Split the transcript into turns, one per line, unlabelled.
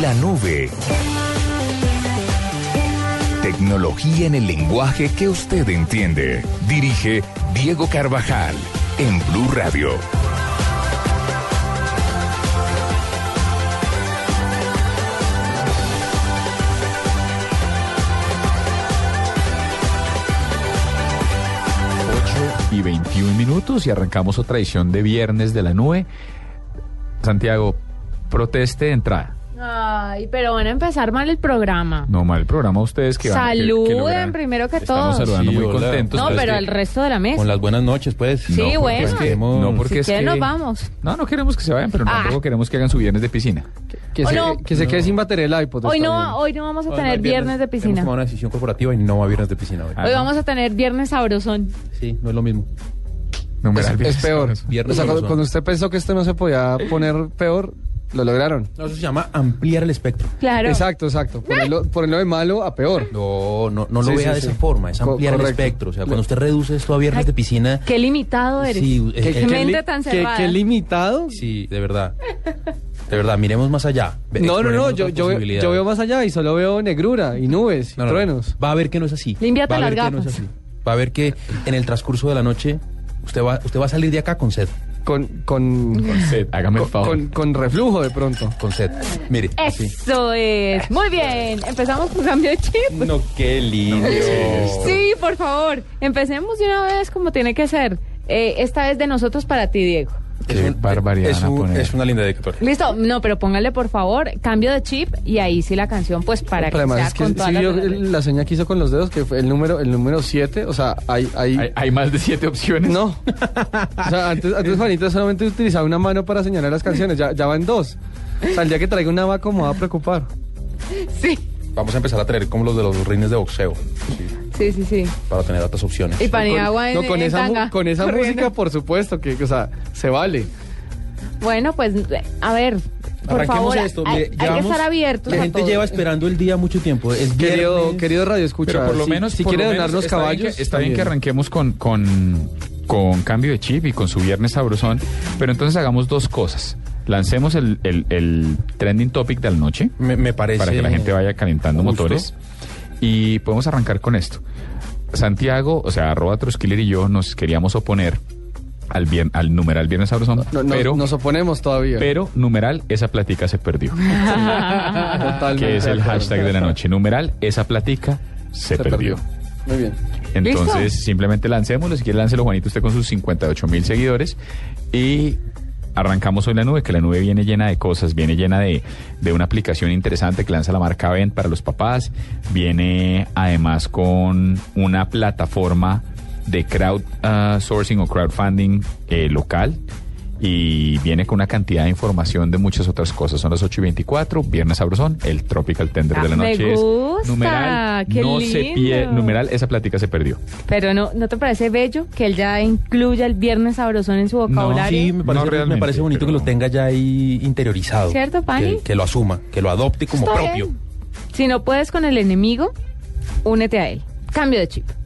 La nube. Tecnología en el lenguaje que usted entiende. Dirige Diego Carvajal en Blue Radio.
y 21 minutos y arrancamos otra edición de Viernes de la Nube. Santiago, proteste de entrada.
Ay, pero van a empezar mal el programa.
No mal el programa, ustedes que van, que- que
Saluden
logran-
primero que
Estamos
todo.
saludando
Sí,
muy
hola.
contentos.
No,
pero es
pero
que-
al resto de la mesa.
pues, Con las buenas noches, pues.
Sí,
porque
bueno.
es que hemos-
No, porque
si
es
quieren
que-
nos vamos.
No, no queremos que se vayan, pero
Ah.
tampoco queremos que hagan su viernes de piscina.
Que,
Oh,
se,
no.
que se quede sin batería el iPod.
Hoy
está
no, hoy no vamos a
Hoy no
tener
hay
viernes de
Hemos
piscina.
tomado una decisión corporativa y no va viernes de piscina hoy.
Ah,
Hoy
no.
vamos a tener viernes sabrosón.
Sí, no es lo mismo.
Numeral
bien.
viernes.
Es, es peor.
Viernes
o sea, cuando,
sabrosón.
cuando usted pensó que esto no se podía poner peor, lo lograron.
No, eso se llama ampliar el espectro.
Claro.
Exacto, exacto. Ponerlo, ponerlo de malo a peor.
No, no, no lo
Sí,
vea
sí,
de
sí.
esa forma, es
Co-
ampliar el
correcto.
espectro. O sea, cuando usted reduce esto a viernes de piscina,
Qué limitado eres.
Sí,
qué,
eh, eh,
mente
li-
tan
qué-
cerrada.
qué limitado.
sí, de verdad. De verdad, miremos más allá. Ve-
No, no, no.
exploremos
Yo,
otras
yo, veo-
posibilidades.
yo veo más allá y solo veo negrura y nubes y
No, no, no.
truenos.
Va a ver que no es así.
Límbiate
Va a ver
las
que no es
gafas.
así. Va a ver que en el transcurso de la noche usted va, usted va a salir de acá con sed.
Con, con,
Sed, Hágame el
con,
favor.
con- con reflujo de pronto.
Con sed. Mire.
Eh.
así.
Eso es. Muy bien. Empezamos con cambio de chip.
No, qué lindo.
Sí, por favor. Empecemos de una vez como tiene que ser. Eh, esta vez de nosotros para ti, Diego.
Qué barbaridad
Es,
van a
un-
poner.
es una linda dedicatoria.
Listo, no, pero póngale por favor cambio de chip y ahí sí la canción, pues para
Pero
que sea
además es que
con todas
sí
las
vio
de la ley.
la señal que hizo con los dedos, que fue el número el número 7. O sea, hay, hay,
Hay, hay más de siete opciones.
No. O sea, antes, antes Juanita solamente utilizaba una mano para señalar las canciones, ya, ya van dos. O sea, el día que traiga una vaca me va a preocupar.
Sí,
Vamos a empezar a traer como los de los rines de boxeo
sí, sí, sí.
para tener otras opciones.
Y Paniagua en,
No, con
en
esa, mu-
tanga,
con esa
corriendo.
música, por supuesto, que, o sea, se vale.
Bueno, pues a ver, por
Arranquemos
favor,
esto.
hay,
mire,
hay que
llevamos-
estar abiertos
La
a
gente
todo.
lleva esperando el día mucho tiempo. Es
Querido,
viernes.
querido Radio Escucha,
Pero por lo
si,
menos.
si
por
quiere
lo menos
donar los
está bien
caballos,
que- está bien que
también.
arranquemos con, con, con cambio de chip y con su viernes sabrosón. Pero entonces hagamos dos cosas. Lancemos el, el- el trending topic de la noche.
Me, me parece.
para que la gente vaya calentando
justo.
motores. Y podemos arrancar con esto. Santiago, o sea, arroba Troskiller y yo nos queríamos oponer al, bien, al numeral Viernes Sabrosón,
No, no-
pero,
nos oponemos todavía.
pero numeral esa platica se perdió,
Totalmente
que es
de
el
acuerdo.
hashtag de la noche. Numeral esa platica se,
Se
perdió.
perdió. Muy bien.
Entonces,
¿Listo?
simplemente lancémoslo. Si quiere, láncelo, Juanito, usted con sus 58 mil seguidores. Y arrancamos hoy la nube, que la nube viene llena de cosas. Viene llena de, de una aplicación interesante que lanza la marca Vent para los papás. Viene además con una plataforma de crowdsourcing o crowdfunding eh, local. Y viene con una cantidad de información de muchas otras cosas. Son las 8 y 24, Viernes Sabrosón, el Tropical Tender de la
Ah, me
noche. es
gusta,
numeral,
qué
no se pie-
lindo.
numeral, esa plática se perdió.
Pero no, ¿no te parece bello que él ya incluya el viernes sabrosón en su vocabulario?
Sí, me parece,
No,
me
realmente,
parece bonito
pero-
que lo tenga ya ahí interiorizado.
¿Cierto, Pani?
Que, que lo asuma, que lo adopte como
Está
propio.
bien. Si no puedes con el enemigo, únete a él. Cambio de chip.